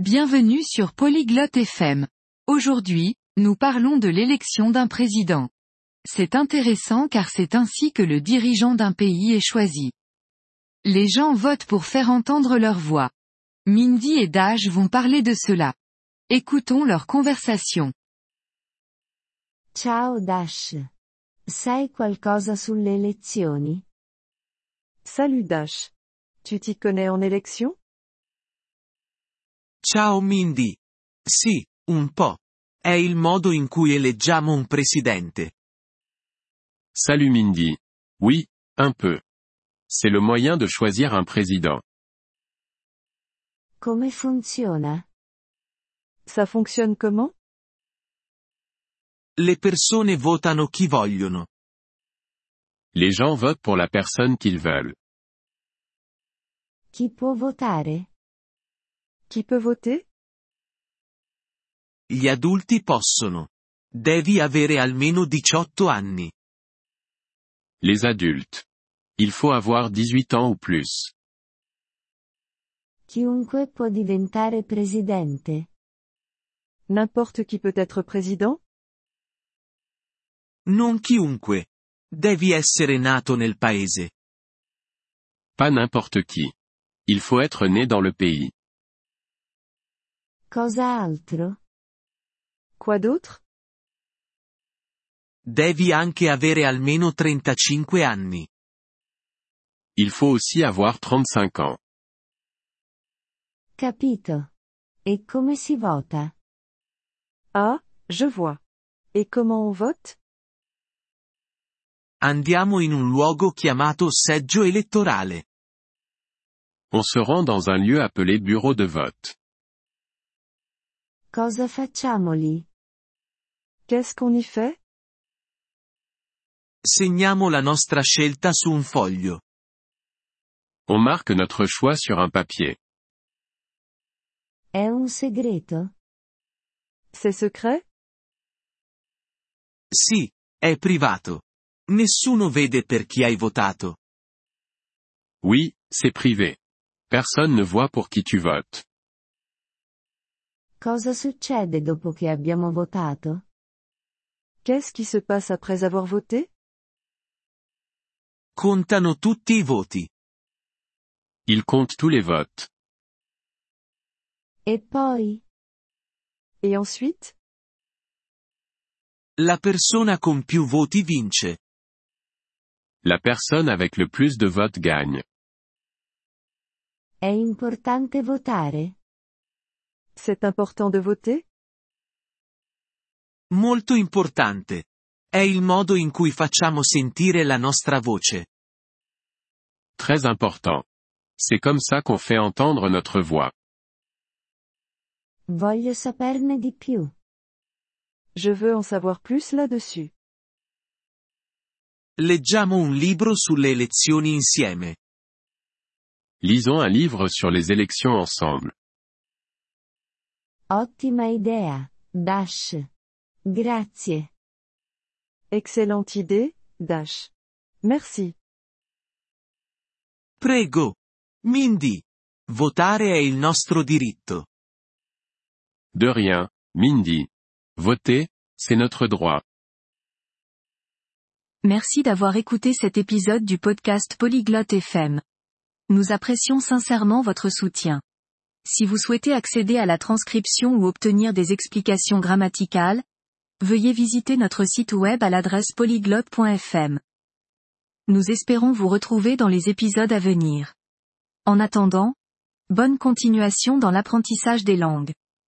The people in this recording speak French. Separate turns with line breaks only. Bienvenue sur Polyglotte FM. Aujourd'hui, nous parlons de l'élection d'un président. C'est intéressant car c'est ainsi que le dirigeant d'un pays est choisi. Les gens votent pour faire entendre leur voix. Mindy et Dash vont parler de cela. Écoutons leur conversation.
Ciao Dash. Sai qualcosa sulle elezioni?
Salut Dash. Tu t'y connais en élection
Ciao Mindy. Sì, un po'. È il modo in cui eleggiamo un presidente.
Salut Mindy. Oui, un peu. C'est le moyen de choisir un président.
Come funziona?
Ça fonctionne comment
Le persone votano chi vogliono.
Les gens votent pour la personne qu'ils veulent.
Chi può votare?
Qui peut voter
Gli adulti possono. Devi avere almeno 18 anni.
Les adultes. Il faut avoir 18 ans ou plus.
Chiunque può diventare presidente.
N'importe qui peut être président
Non chiunque. Devi essere nato nel paese.
Pas n'importe qui. Il faut être né dans le pays.
Cosa altro?
Quoi d'autre
Devi anche avere almeno 35 anni.
Il faut aussi avoir 35 ans.
Capito. E come si vota?
Ah, je vois. Et comment on vote
Andiamo in un luogo chiamato seggio elettorale.
On se rend dans un lieu appelé bureau de vote.
Cosa facciamo lì?
Qu'est-ce qu'on y fait
Segniamo la nostra scelta su un foglio.
On marque notre choix sur un papier.
È un segreto?
C'est secret
Sì, è privato. Nessuno vede per chi hai votato.
Oui, c'est privé. Personne ne voit pour qui tu votes.
Cosa succede dopo che abbiamo votato?
Qu'est-ce qui se passe après avoir voté
Contano tutti i voti.
Il compte tous les votes.
E poi?
Et ensuite
La persona con più voti vince.
La personne avec le plus de votes gagne.
È importante votare?
C'est important de voter
Molto importante. È il modo in cui facciamo sentire la nostra voce.
Très important. C'est comme ça qu'on fait entendre notre voix.
Voglio saperne di più.
Je veux en savoir plus là-dessus.
Leggiamo un libro sulle elezioni insieme.
Lisons un livre sur les élections ensemble.
Ottima idea, Dash. Grazie.
Excellente idée, Dash. Merci.
Prego. Mindy. Votare è il nostro diritto.
De rien, Mindy. Voter, c'est notre droit.
Merci d'avoir écouté cet épisode du podcast Polyglotte FM. Nous apprécions sincèrement votre soutien. Si vous souhaitez accéder à la transcription ou obtenir des explications grammaticales, veuillez visiter notre site web à l'adresse polyglotte.fm. Nous espérons vous retrouver dans les épisodes à venir. En attendant, bonne continuation dans l'apprentissage des langues.